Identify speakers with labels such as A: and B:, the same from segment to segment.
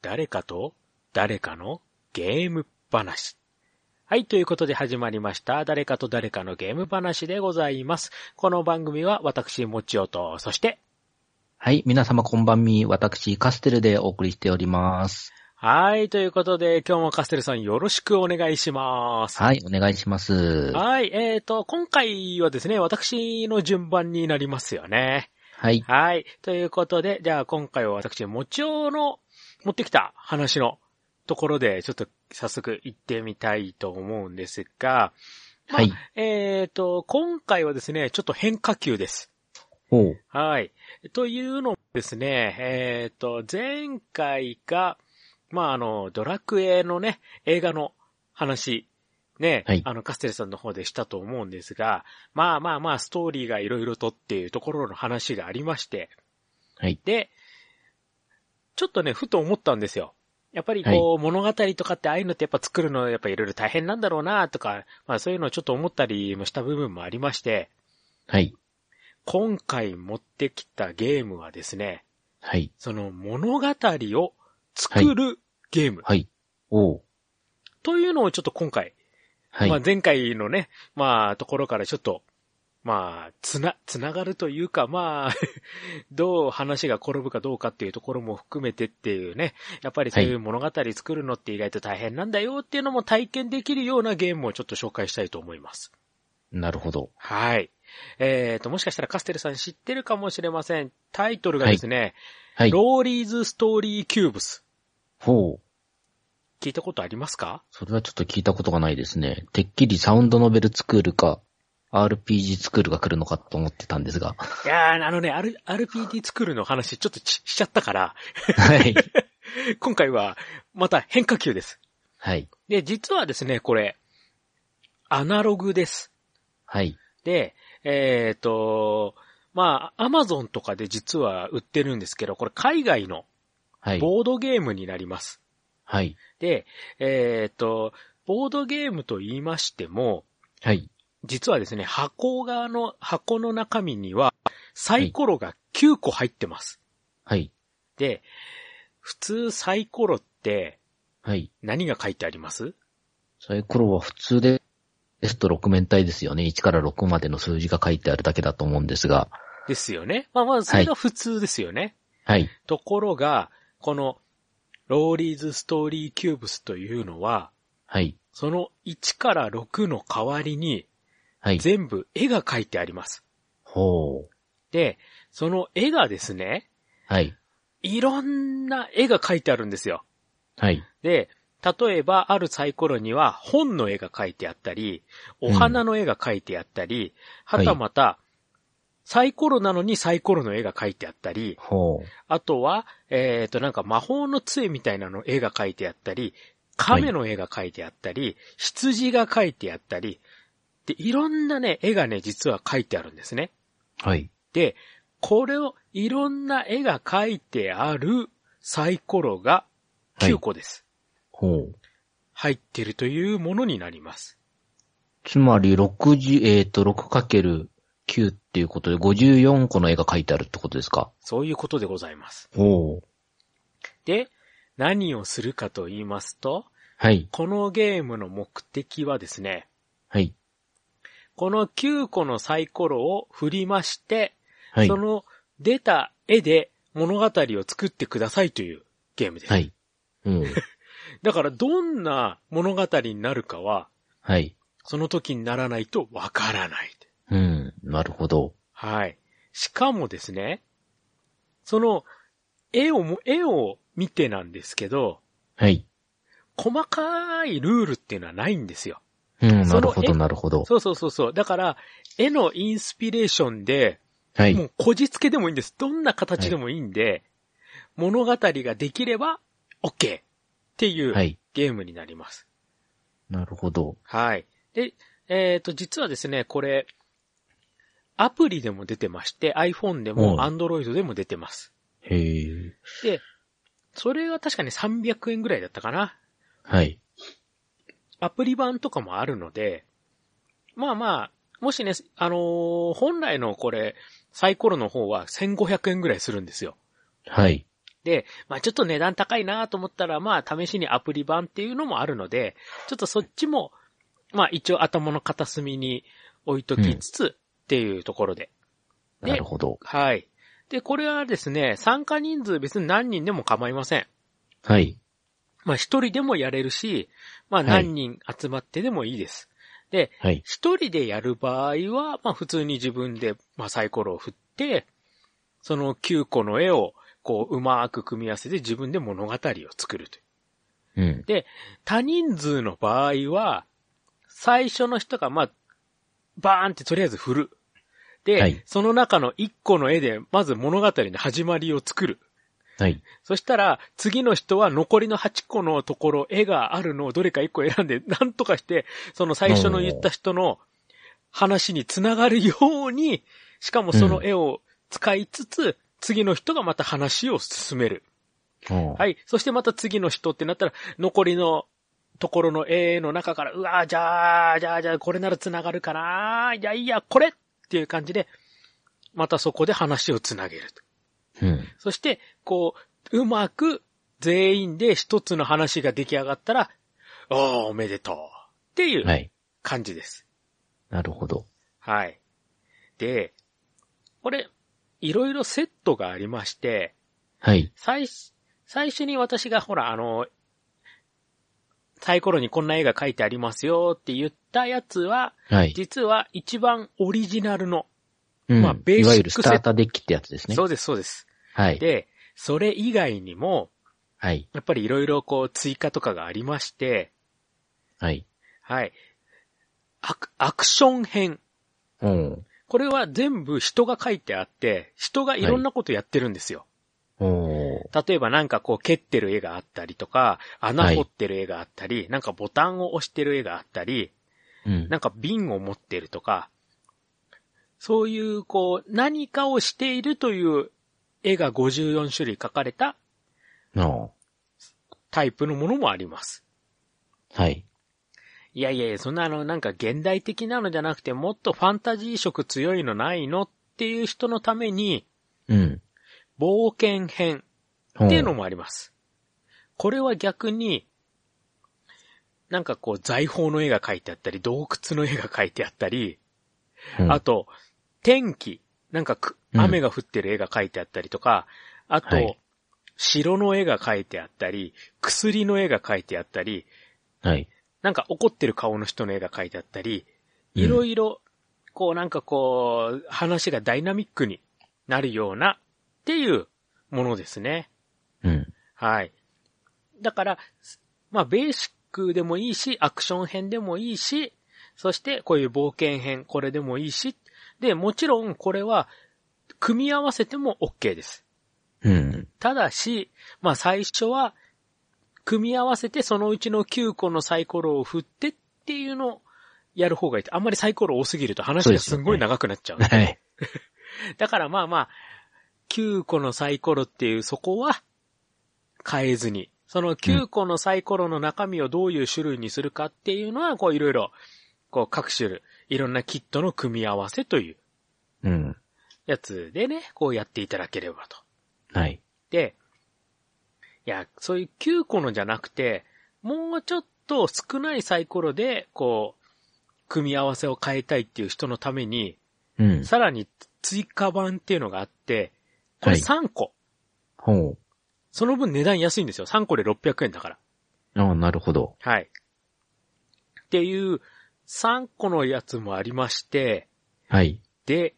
A: 誰かと誰かのゲーム話。はい。ということで始まりました。誰かと誰かのゲーム話でございます。この番組は私、もちおと、そして、
B: はい、皆様こんばんみ、私、カステルでお送りしております。
A: はい。ということで、今日もカステルさんよろしくお願いします。
B: はい、お願いします。
A: はい。えっ、と、今回はですね、私の順番になりますよね。
B: はい、
A: はい。ということで、じゃあ今回は私、もちおの持ってきた話のところで、ちょっと早速行ってみたいと思うんですが、まあ
B: はい。
A: えっ、と、今回はですね、ちょっと変化球です。
B: おう、
A: はい。というのもですね、えっ、と、前回が、まあ、あの、ドラクエのね、映画の話、ね、
B: はい
A: あの、カステルさんの方でしたと思うんですが、まあまあまあ、ストーリーがいろいろとっていうところの話がありまして、
B: はい、
A: で、ちょっとね、ふと思ったんですよ。やっぱりこう、物語とかってああいうのってやっぱ作るのやっぱいろいろ大変なんだろうなとか、まあそういうのをちょっと思ったりもした部分もありまして、
B: はい、
A: 今回持ってきたゲームはですね、
B: はい、
A: その物語を作るゲーム
B: はい、おう、
A: というのをちょっと今回、
B: はい
A: まあ、前回のね、まあところからちょっと、まあ、つな、つながるというか、まあ、 どう話が転ぶかどうかっていうところも含めてっていうね、やっぱりそういう物語作るのって意外と大変なんだよっていうのも体験できるようなゲームをちょっと紹介したいと思います。
B: なるほど。
A: はい。えっ、と、もしかしたらカステルさん知ってるかもしれません。タイトルがですね、
B: はい、
A: ローリーズ・ストーリー・キューブス。
B: ほう。
A: 聞いたことありますか
B: それはちょっと聞いたことがないですね。てっきりサウンドノベルスクールか、RPG スクールが来るのかと思ってたんです が。
A: いやー、あのね、R、RPG 作るの話ちょっとちしちゃったから、
B: はい、
A: 今回はまた変化球です。
B: はい、
A: で、実はですね、これ、アナログです。
B: はい、
A: で、えっ、と、まあ、アマゾンとかで実は売ってるんですけど、これ海外の
B: はい、
A: ボードゲームになります。
B: はい、
A: で、えっ、と、ボードゲームと言いましても、
B: はい、
A: 実はですね、箱側の、箱の中身には、サイコロが9個入ってます。
B: はい、
A: で、普通サイコロって
B: はい。
A: 何が書いてあります
B: サイコロは普通で、S と6面体ですよね。1から6までの数字が書いてあるだけだと思うんですが。
A: ですよね。まあまあ、それが普通ですよね。
B: はい。
A: ところが、この、ローリーズストーリーキューブスというのは、
B: はい。
A: その1から6の代わりに、
B: はい。
A: 全部絵が書いてあります。
B: ほう。
A: で、その絵がですね、
B: はい。
A: いろんな絵が書いてあるんですよ。
B: はい。
A: で、例えばあるサイコロには本の絵が書いてあったり、お花の絵が書いてあったり、
B: うん
A: はたまた、サイコロなのにサイコロの絵が書いてあったり、
B: ほう。
A: あとは、えっ、と、なんか魔法の杖みたいなの絵が描いてあったり、亀の絵が描いてあったり、羊が描いてあったり、で、いろんなね、絵がね、実は描いてあるんですね。
B: はい。
A: で、これを、いろんな絵が描いてあるサイコロが
B: はい
A: 9個です。
B: ほう。
A: 入ってるというものになります。
B: つまり、6時、えっ、と、6×9 っていうことで、54個の絵が書いてあるってことですか
A: そういうことでございます。
B: ほう。
A: で、何をするかと言いますと、
B: はい。
A: このゲームの目的はですね、
B: はい。
A: この9個のサイコロを振りまして、
B: はい
A: そ。の出た絵で物語を作ってくださいというゲームです。
B: はい。うん。
A: だからどんな物語になるかは、
B: はい。
A: その時にならないとわからない。
B: うん。なるほど。
A: はい。しかもですね、その絵をも、絵を見てなんですけど、
B: はい。
A: 細かいルールっていうのはないんですよ。
B: うん。なるほ
A: その
B: ど、
A: 絵
B: なるほど。
A: そうそうそうそう。だから、絵のインスピレーションで、
B: は
A: も
B: い。
A: うこじつけでもいいんです。どんな形でもいいんで、物語ができれば OK っていう
B: はい。
A: ゲームになります。
B: なるほど。
A: はい。で、えっ、と、実はですね、これ、アプリでも出てまして、iPhone で
B: うん
A: も Android でも出てます。
B: へえ。
A: で、それは確かに300円ぐらいだったかな。
B: はい。
A: アプリ版とかもあるので、まあまあ、もしね、あのー本来のこれ、サイコロの方は1500円ぐらいするんですよ。
B: はい。
A: で、まあちょっと値段高いなと思ったら、まあ試しにアプリ版っていうのもあるので、ちょっとそっちも、まあ一応頭の片隅に置いときつつっていうところで。で
B: なるほど。
A: はい。で、これはですね、参加人数別に何人でも構いません。
B: はい。
A: まあ一人でもやれるし、まあ
B: はい
A: 何人集まってでもいいです。で、
B: はい。
A: 一人でやる場合は、まあ普通に自分で、まあサイコロを振って、その9個の絵を、こう、うまく組み合わせて自分で物語を作るという。
B: うん。
A: 多人数の場合は、最初の人が、まあ、バーンってとりあえず振る。で、
B: はい
A: その中の1個の絵で、まず物語の始まりを作る。
B: はい。
A: そしたら、次の人は残りの8個のところ、絵があるのをどれか1個選んで、なんとかして、その最初の言った人の話につながるように、しかもその絵を使いつつ、次の人がまた話を進める。
B: は。
A: はいい。そしてまた次の人ってなったら、残りのところの絵の中から、うわーじゃあ、じゃあ、じゃあ、これなら繋がるかなーいやいや、これっていう感じで、またそこで話を繋げると。
B: うん。
A: そして、こう、うまく全員で一つの話が出来上がったら、おー、おめでとうってい
B: は
A: う
B: い。
A: 感じです。
B: なるほど。
A: はい。で、これ、いろいろセットがありまして、
B: はい。
A: 最、最初に私がほら、あの、サイコロにこんな絵が描いてありますよって言ったやつは、
B: はい。
A: 実は一番オリジナルの。
B: うん
A: まあベーシック
B: いわゆる
A: セ
B: ス
A: ット
B: ターターデッキってやつですね
A: そ。うです、そうです。
B: はい。
A: で、それ以外にも、
B: はい。
A: やっぱりいろいろこう追加とかがありまして、
B: はい。
A: はい。アク、アクション編。
B: うん。
A: これは全部人が書いてあって、人がいろんなことやってるんですよ。
B: おー
A: 例えばなんかこう蹴ってる絵があったりとか、穴掘ってる絵があったり、なんかボタンを押してる絵があったり、
B: うん。
A: なんか瓶を持ってるとか、そういうこう何かをしているという絵が54種類書かれた
B: あ
A: タイプのものもあります。
B: ーはい。
A: いやいやいや、そんなあの、なんか現代的なのじゃなくて、もっとファンタジー色強いのないのっていう人のために、
B: うん。
A: 冒険編
B: うん
A: っていうのもあります。これは逆に、なんかこう、財宝の絵が描いてあったり、洞窟の絵が描いてあったり、
B: うん
A: あと、天気、なんかく
B: うん
A: 雨が降ってる絵が描いてあったりとか、あと、
B: はい
A: 城の絵が描いてあったり、薬の絵が描いてあったり、
B: はい。
A: なんか怒ってる顔の人の絵が描いてあったり、
B: うん
A: いろいろ、こうなんかこう、話がダイナミックになるようなっていうものですね。
B: うん。
A: はい。だから、まあベーシックでもいいし、アクション編でもいいし、そしてこういう冒険編、これでもいいし、で、もちろんこれは組み合わせても OK です。
B: うん。
A: ただし、まあ最初は、組み合わせてそのうちの9個のサイコロを振ってっていうのをやる方がいい。あんまりサイコロ多すぎると話がすんごい長くなっちゃう。
B: はい。
A: だからまあまあ、9個のサイコロっていうそこは変えずに、その9個のサイコロの中身をどういう種類にするかっていうのは、こういろいろ、こう各種類、いろんなキットの組み合わせという
B: うん。
A: やつでね、こうやっていただければと。
B: はい。
A: で、いや、そういう9個のじゃなくて、もうちょっと少ないサイコロで、こう、組み合わせを変えたいっていう人のために、
B: うん。
A: さらに追加版っていうのがあって、これ
B: はい
A: 3個。
B: ほ
A: その分値段安いんですよ。3個で600円だから。
B: う。ああ、なるほど。
A: はい。っていう、3個のやつもありまして、
B: はい。
A: で、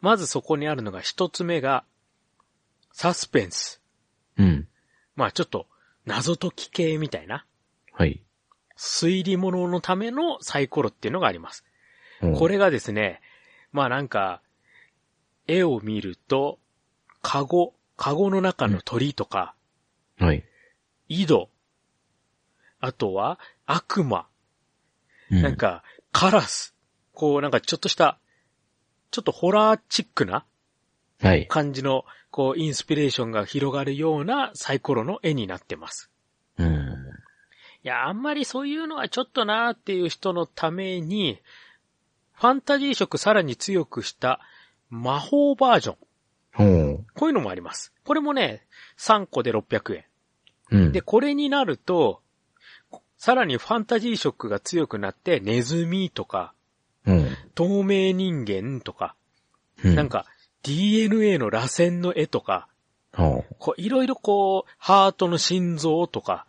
A: まずそこにあるのが1つ目が、サスペンス。
B: うん。
A: まあちょっと、謎解き系みたいな、
B: はい。
A: 推理物のためのサイコロっていうのがあります。
B: うん
A: こ。れがですね、まあなんか、絵を見ると、カゴ、カゴの中の鳥とか、
B: はい。
A: 井戸、あとは悪魔、
B: な
A: なん、かカラス、こうなんかちょっとした、ちょっとホラーチックな
B: はい。
A: 感じの、こうインスピレーションが広がるようなサイコロの絵になってます。
B: うん。
A: いや、あんまりそういうのはちょっとなーっていう人のために、ファンタジー色さらに強くした魔法バージョンっ
B: ほう。
A: こういうのもあります。これもね、3個で600円。
B: うん。
A: で、これになると、さらにファンタジー色が強くなって、ネズミとか、
B: うん。
A: 透明人間とか、
B: うん。
A: なんか DNA の螺旋の絵とか、
B: ほ
A: こういろいろこう、ハートの心臓とか、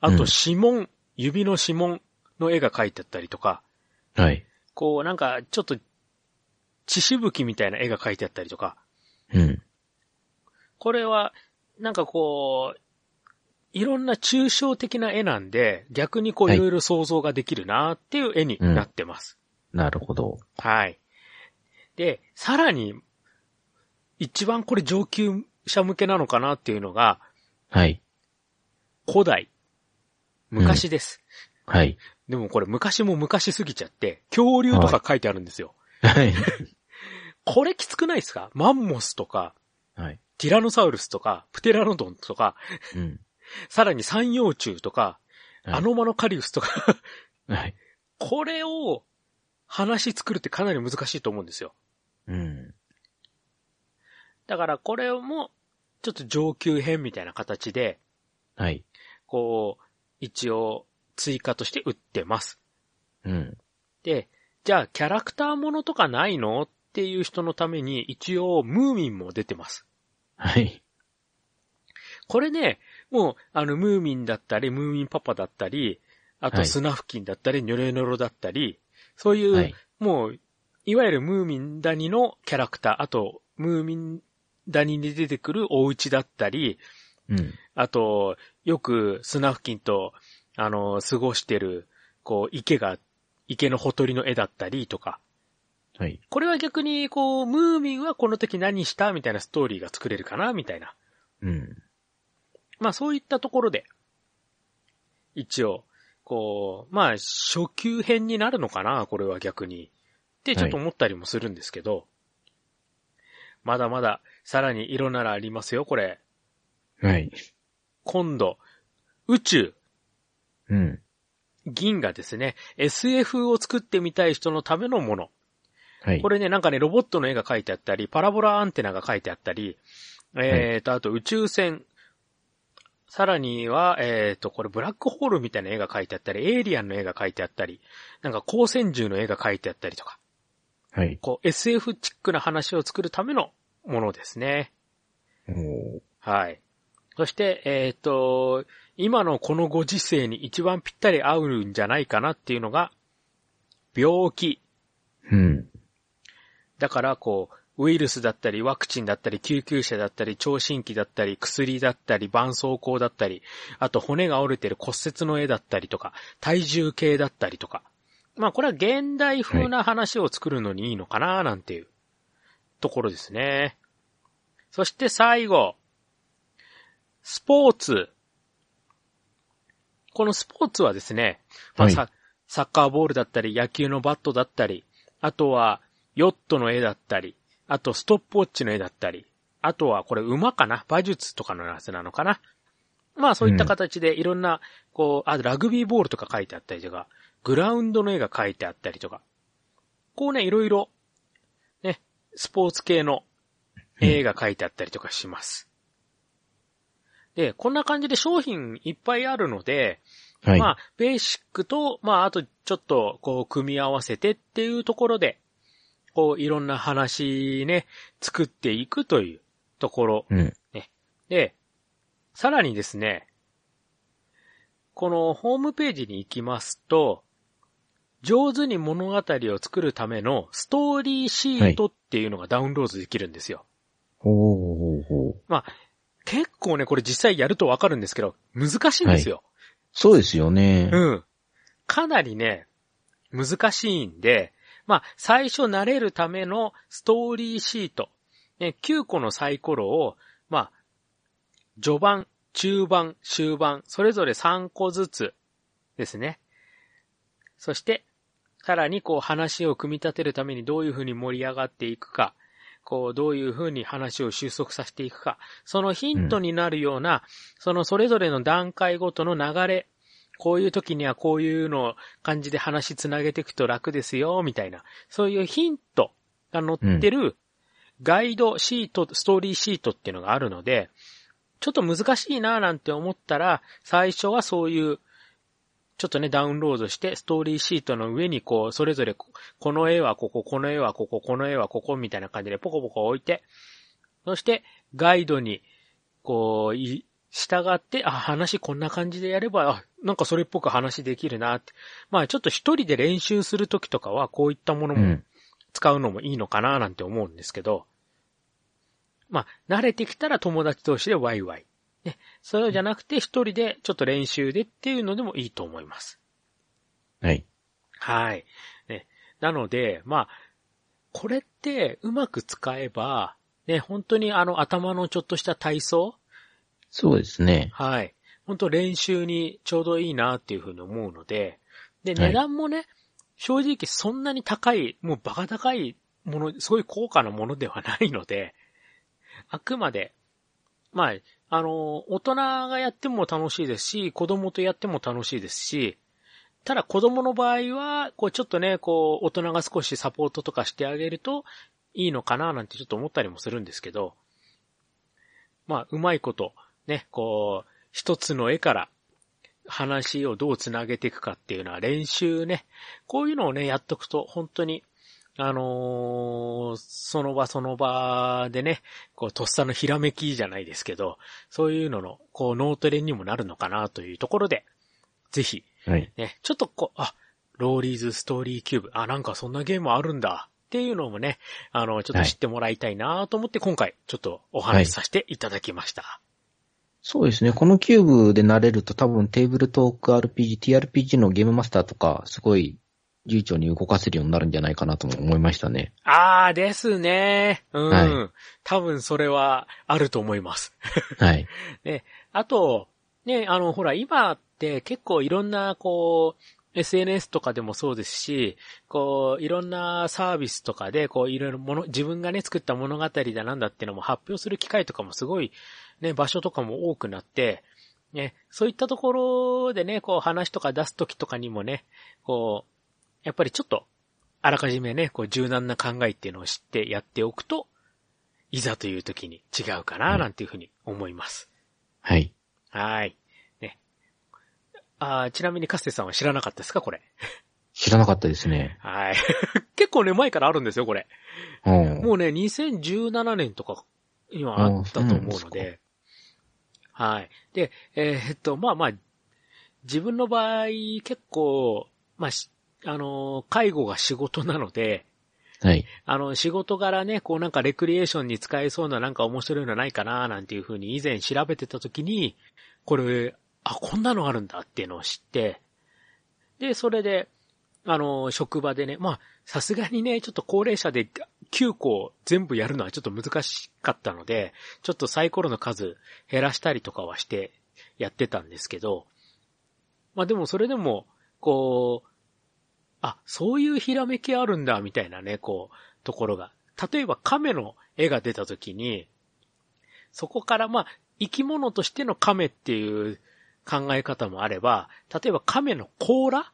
A: あ
B: う
A: と
B: ん
A: 指紋、指の指紋の絵が描いてあったりとか、
B: う。はい。
A: こうなんかちょっと血しぶきみたいな絵が描いてあったりとか、
B: うん。
A: これは、なんかこう、いろんな抽象的な絵なんで、逆にこう
B: はいい
A: ろいろ想像ができるなっていう絵になってます。
B: なるほど。
A: はい。で、さらに、一番これ上級者向けなのかなっていうのが、
B: はい。
A: 古代。昔です。
B: はい。
A: でもこれ昔も昔すぎちゃって、恐竜とか書いてあるんですよ。
B: はい。
A: これきつくないですかマンモスとか、
B: はい。
A: ティラノサウルスとか、プテラノドンとか、
B: うん。
A: さらに三葉虫とか、アノマノカリウスとか、
B: はい。
A: これを話作るってかなり難しいと思うんですよ。
B: うん。
A: だからこれもちょっと上級編みたいな形で、
B: はい。
A: こう、一応追加として売ってます。
B: うん。
A: で、じゃあキャラクターものとかないのっていう人のために一応ムーミンも出てます。
B: はい。
A: これね、もうあのムーミンだったり、ムーミンパパだったり、あ
B: は
A: と
B: い
A: スナフキンだったり、ニョロニョロだったり、そういう、
B: はい。
A: もう、いわゆるムーミンダニのキャラクター、あと、ムーミンダニに出てくるお家だったり、
B: うん。
A: あと、よく砂付近と、あの、過ごしてる、こう、池が、池のほとりの絵だったりとか、
B: はい。
A: これは逆に、こう、ムーミンはこの時何したみたいなストーリーが作れるかなみたいな。
B: うん。
A: まあそういったところで、一応、こう、まあ初級編になるのかな、これは逆に。ってちょっと思ったりもするんですけど、まだまだ、さらに色ならありますよ、これ。
B: はい。
A: 今度、宇宙、
B: うん。
A: 銀がですね、SF を作ってみたい人のためのもの。
B: はい。
A: これね、なんかね、ロボットの絵が描いてあったり、パラボラアンテナが描いてあったり、えーと、あと宇宙船。さらには、えーと、これブラックホールみたいな絵が描いてあったり、エイリアンの絵が描いてあったり、なんか光線銃の絵が描いてあったりとか、
B: はい。
A: こう SF チックな話を作るためのものですね。
B: お
A: はい。そして、えーと、今のこのご時世に一番ぴったり合うんじゃないかなっていうのが、病気。
B: うん。
A: だから、こう、ウイルスだったり、ワクチンだったり、救急車だったり、聴診器だったり、薬だったり、絆創膏だったり、あと骨が折れてる骨折の絵だったりとか、体重計だったりとか。まあこれは現代風な話を作るのにいいのかななんていうところですね。そして最後。スポーツ。このスポーツはですね、まあ
B: はい
A: ササッカーボールだったり、野球のバットだったり、あとはヨットの絵だったり、あとストップウォッチの絵だったり、あとはこれ馬かな馬術とかのやつなのかなまあそういった形でいろんな、こう、あ、ラグビーボールとか書いてあったりとか、グラウンドの絵が書いてあったりとか、こうね、いろいろ、ね、スポーツ系の絵が書いてあったりとかします。で、こんな感じで商品いっぱいあるので、
B: はい。
A: まあ、ベーシックと、まあ、あとちょっと、こう、組み合わせてっていうところで、こう、いろんな話ね、作っていくというところ
B: うん。
A: で、さらにですね、このホームページに行きますと、上手に物語を作るためのストーリーシートっていうのがダウンロードできるんですよ。
B: ほうほうほう。
A: 結構ね、これ実際やるとわかるんですけど、難しいんですよ。
B: そうですよね。
A: うん。かなりね、難しいんで、まあ、最初慣れるためのストーリーシート、ね、9個のサイコロを、まあ、序盤、中盤、終盤、それぞれ3個ずつですね。そして、さらにこう話を組み立てるためにどういう風に盛り上がっていくか、こうどういう風に話を収束させていくか、そのヒントになるような、そのそれぞれの段階ごとの流れ、こういう時にはこういうのを感じで話つなげていくと楽ですよ、みたいな、そういうヒントが載ってるガイドシート、ストーリーシートっていうのがあるので、ちょっと難しいなぁなんて思ったら、最初はそういう、ちょっとね、ダウンロードして、ストーリーシートの上にこう、それぞれこ、この絵はここ、この絵はここ、この絵はここ、みたいな感じでポコポコ置いて、そして、ガイドに、こう、い従って、あ、話こんな感じでやれば、あ、なんかそれっぽく話できるなって。まあ、ちょっと一人で練習するときとかは、こういったもの
B: う
A: も
B: ん。
A: 使うのもいいのかななんて思うんですけど、まあ、慣れてきたら友達同士でワイワイ。ね、それじゃなくて一人でちょっと練習でっていうのでもいいと思います。
B: はい。
A: はい。ね、なので、まあ、これってうまく使えば、ね、本当にあの頭のちょっとした体操
B: そうですね。
A: はい。本当練習にちょうどいいなっていうふうに思うので、で、
B: はい
A: 値段もね、正直そんなに高い、もうバカ高いもの、すごい高価なものではないので、あくまで、まあ、あの、大人がやっても楽しいですし、子供とやっても楽しいですし、ただ子供の場合は、こうちょっとね、こう大人が少しサポートとかしてあげるといいのかななんてちょっと思ったりもするんですけど、まあ、うまいこと、ね、こう、一つの絵から話をどう繋げていくかっていうのは練習ね、こういうのをね、やっとくと本当に、あのーその場その場でね、こう、とっさのひらめきじゃないですけど、そういうのの、こう、脳トレにもなるのかなというところで、ぜひ、
B: はい。
A: ね、ちょっとこう、あ、ローリーズストーリーキューブ、あ、なんかそんなゲームあるんだ。っていうのもね、あの、ちょっと知ってもらいたいなと思って、今回、ちょっとお話しさせていただきました。
B: そうですね。このキューブで慣れると多分テーブルトーク RPG、TRPG のゲームマスターとか、すごい、流暢に動かせるようになるんじゃないかなとも思いましたね。
A: あーですね。うん。
B: は
A: 多分それはあると思います。
B: はい。
A: あと、ね、あの、ほら、今って結構いろんな、こう、SNS とかでもそうですし、こう、いろんなサービスとかで、こう、いろいろもの、自分がね、作った物語だなんだってのも発表する機会とかもすごい、ね、場所とかも多くなって、ね、そういったところでね、こう、話とか出すときとかにもね、こう、やっぱりちょっと、あらかじめね、こう、柔軟な考えっていうのを知ってやっておくと、いざという時に違うかな、なんていうふうに思います。
B: はい。
A: はい。ね。あーちなみにカステさんは知らなかったですかこれ。
B: 知らなかったですね。
A: はい。 結構ね、前からあるんですよ、これ。
B: うん。
A: もうね、2017年とか、今あったと思うので。はい。で、えーっと、まあまあ、自分の場合、結構、まあ、しあのー、介護が仕事なので、
B: はい。
A: あの、仕事柄ね、こうなんかレクリエーションに使えそうななんか面白いのないかななんていうふうに以前調べてた時に、これ、あ、こんなのあるんだっていうのを知って、で、それで、あの、職場でね、まあ、さすがにね、ちょっと高齢者で9個全部やるのはちょっと難しかったので、ちょっとサイコロの数減らしたりとかはしてやってたんですけど、まあでもそれでも、こう、あ、そういうひらめきあるんだ、みたいなね、こう、ところが。例えば亀の絵が出た時に、そこからまあ、生き物としての亀っていう考え方もあれば、例えば亀の甲羅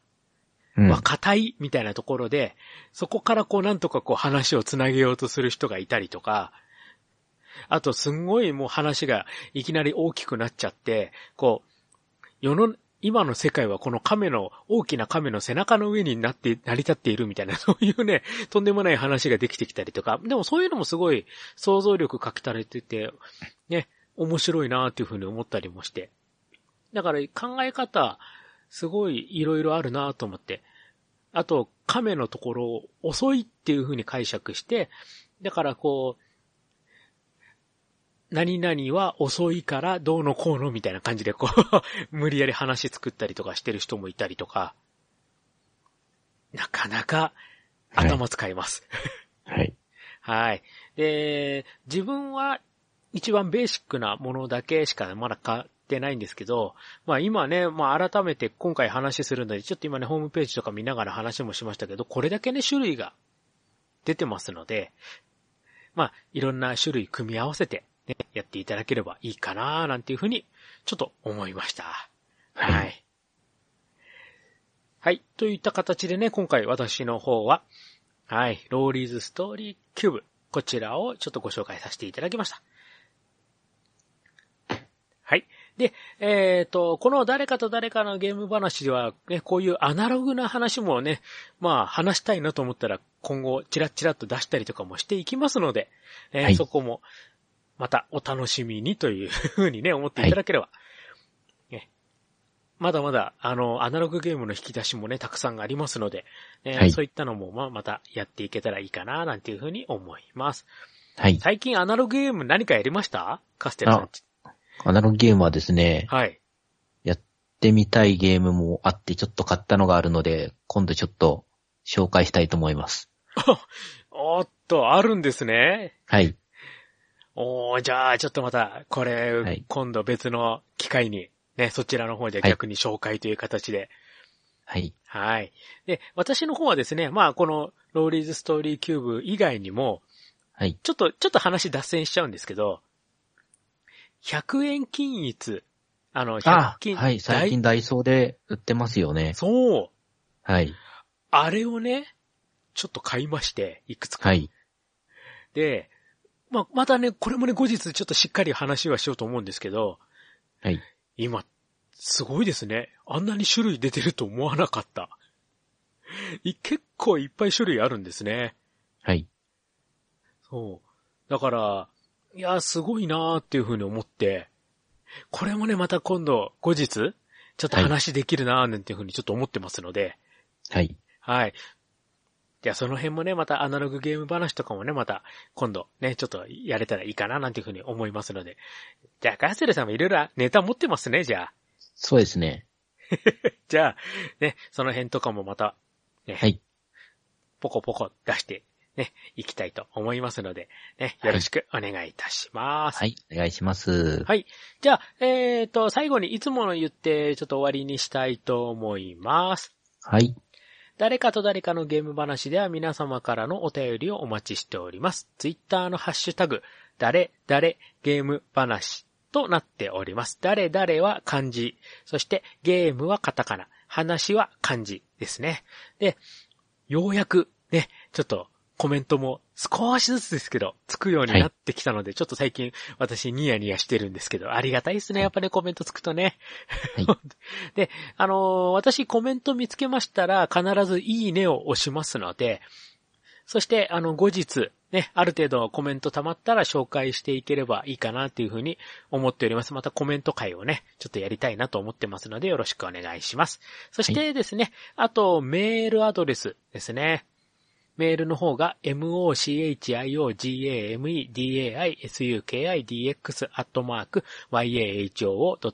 B: うん
A: は。硬いみたいなところで、そこからこうなんとかこう話をつなげようとする人がいたりとか、あとすんごいもう話がいきなり大きくなっちゃって、こう、世の、今の世界はこの亀の、大きな亀の背中の上になって、成り立っているみたいな、 そういうね、とんでもない話ができてきたりとか、でもそういうのもすごい想像力かきたれてて、ね、面白いなっていうふうに思ったりもして。だから考え方、すごいいろいろあるなと思って。あと、亀のところを遅いっていう風に解釈して、だからこう、何々は遅いからどうのこうのみたいな感じでこう、 無理やり話作ったりとかしてる人もいたりとか、なかなか頭使います。
B: はい。
A: はい。で、自分は一番ベーシックなものだけしかまだ買ってないんですけど、まあ今ね、まあ改めて今回話するので、ちょっと今ね、ホームページとか見ながら話もしましたけど、これだけね、種類が出てますので、まあいろんな種類組み合わせて、ね、やっていただければいいかななんていうふうに、ちょっと思いました。は。
B: はい
A: はい。といった形でね、今回私の方は、はい、ローリーズストーリーキューブこちらをちょっとご紹介させていただきました。はい。で、えっ、と、この誰かと誰かのゲーム話では、ね、こういうアナログな話もね、まあ話したいなと思ったら今後チラッチラッと出したりとかもしていきますので、えー
B: はい
A: そこもまたお楽しみにというふうにね、思っていただければ、ねまだまだ、あの、アナログゲームの引き出しもね、たくさんありますので、ね
B: はい
A: そういったのも、まあ、またやっていけたらいいかな、なんていうふうに思います。
B: はい。
A: 最近アナログゲーム何かやりましたカステルさんち。
B: アナログゲームはですね、
A: はい。
B: やってみたいゲームもあって、ちょっと買ったのがあるので、今度ちょっと紹介したいと思います。
A: おーっと、あるんですね。
B: はい。
A: おー、じゃあ、ちょっとまた、これ、
B: はい
A: 今度別の機会に、ね、そちらの方じゃ
B: はい
A: 逆に紹介という形で。
B: はい。
A: はい。で、私の方はですね、まあ、この、ローリーズストーリーキューブ以外にも、
B: はい。
A: ちょっと、ちょっと話脱線しちゃうんですけど、100円均一、あの、100
B: あ、
A: 均、
B: はい。最近ダイソーで売ってますよね。
A: そう、
B: はい。
A: あれをね、ちょっと買いまして、いくつか。
B: はい。
A: で、まあ、またね、これもね、後日ちょっとしっかり話はしようと思うんですけど、
B: はい。
A: 今、すごいですね。あんなに種類出てると思わなかった。い結構いっぱい種類あるんですね。
B: はい。
A: そう。だから、いや、すごいなーっていうふうに思って、これもね、また今度、後日、ちょっと話できるなーなんていうふうにちょっと思ってますので、
B: はい。
A: はい。じゃあその辺もね、またアナログゲーム話とかもね、また今度ね、ちょっとやれたらいいかななんていうふうに思いますので。じゃあガスルさんもいろいろネタ持ってますね、じゃあ。
B: そうですね。
A: じゃあ、ね、その辺とかもまた、ね、
B: はい。
A: ポコポコ出して、ね、いきたいと思いますので、ね、よろしくお願いいたします。
B: はい。お願いします。
A: はいじゃあ、えっ、と、最後にいつもの言って、ちょっと終わりにしたいと思います。
B: はい。
A: 誰かと誰かのゲーム話では皆様からのお便りをお待ちしております。ツイッターのハッシュタグ、誰、誰、ゲーム話となっております。誰、誰は漢字。そして、ゲームはカタカナ。話は漢字ですね。で、ようやく、ね、ちょっと、コメントも少しずつですけど、つくようになってきたので、ちょっと最近私ニヤニヤしてるんですけど、ありがたいですね。やっぱりコメントつくとね。
B: はい
A: で、あのー私コメント見つけましたら、必ずいいねを押しますので、そして、あの、後日、ね、ある程度コメント溜まったら紹介していければいいかなというふうに思っております。またコメント会をね、ちょっとやりたいなと思ってますので、よろしくお願いします。そしてですね、あと、メールアドレスですね。メールの方が、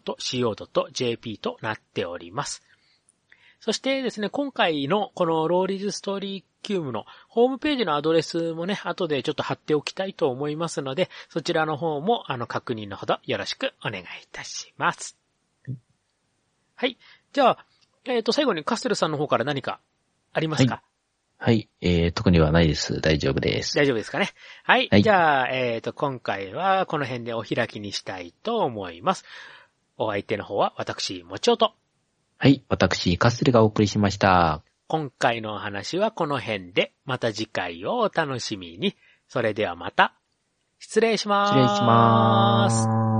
A: mochiogame-daisukidx-yahoo.co.jp となっております。そしてですね、今回のこのローリーズストーリーキューブのホームページのアドレスもね、後でちょっと貼っておきたいと思いますので、そちらの方もあの確認のほどよろしくお願いいたします。はい。じゃあ、えっ、と、最後にカステルさんの方から何かありますか、
B: ははい。えー、特にはないです。大丈夫です。
A: 大丈夫ですかね。はい。
B: はい
A: じゃあ、えっ、と、今回はこの辺でお開きにしたいと思います。お相手の方は私、もちおと。
B: はい。私、カステルがお送りしました。
A: 今回のお話はこの辺で、また次回をお楽しみに。それではまた、失礼しま
B: 失
A: す。
B: 礼します。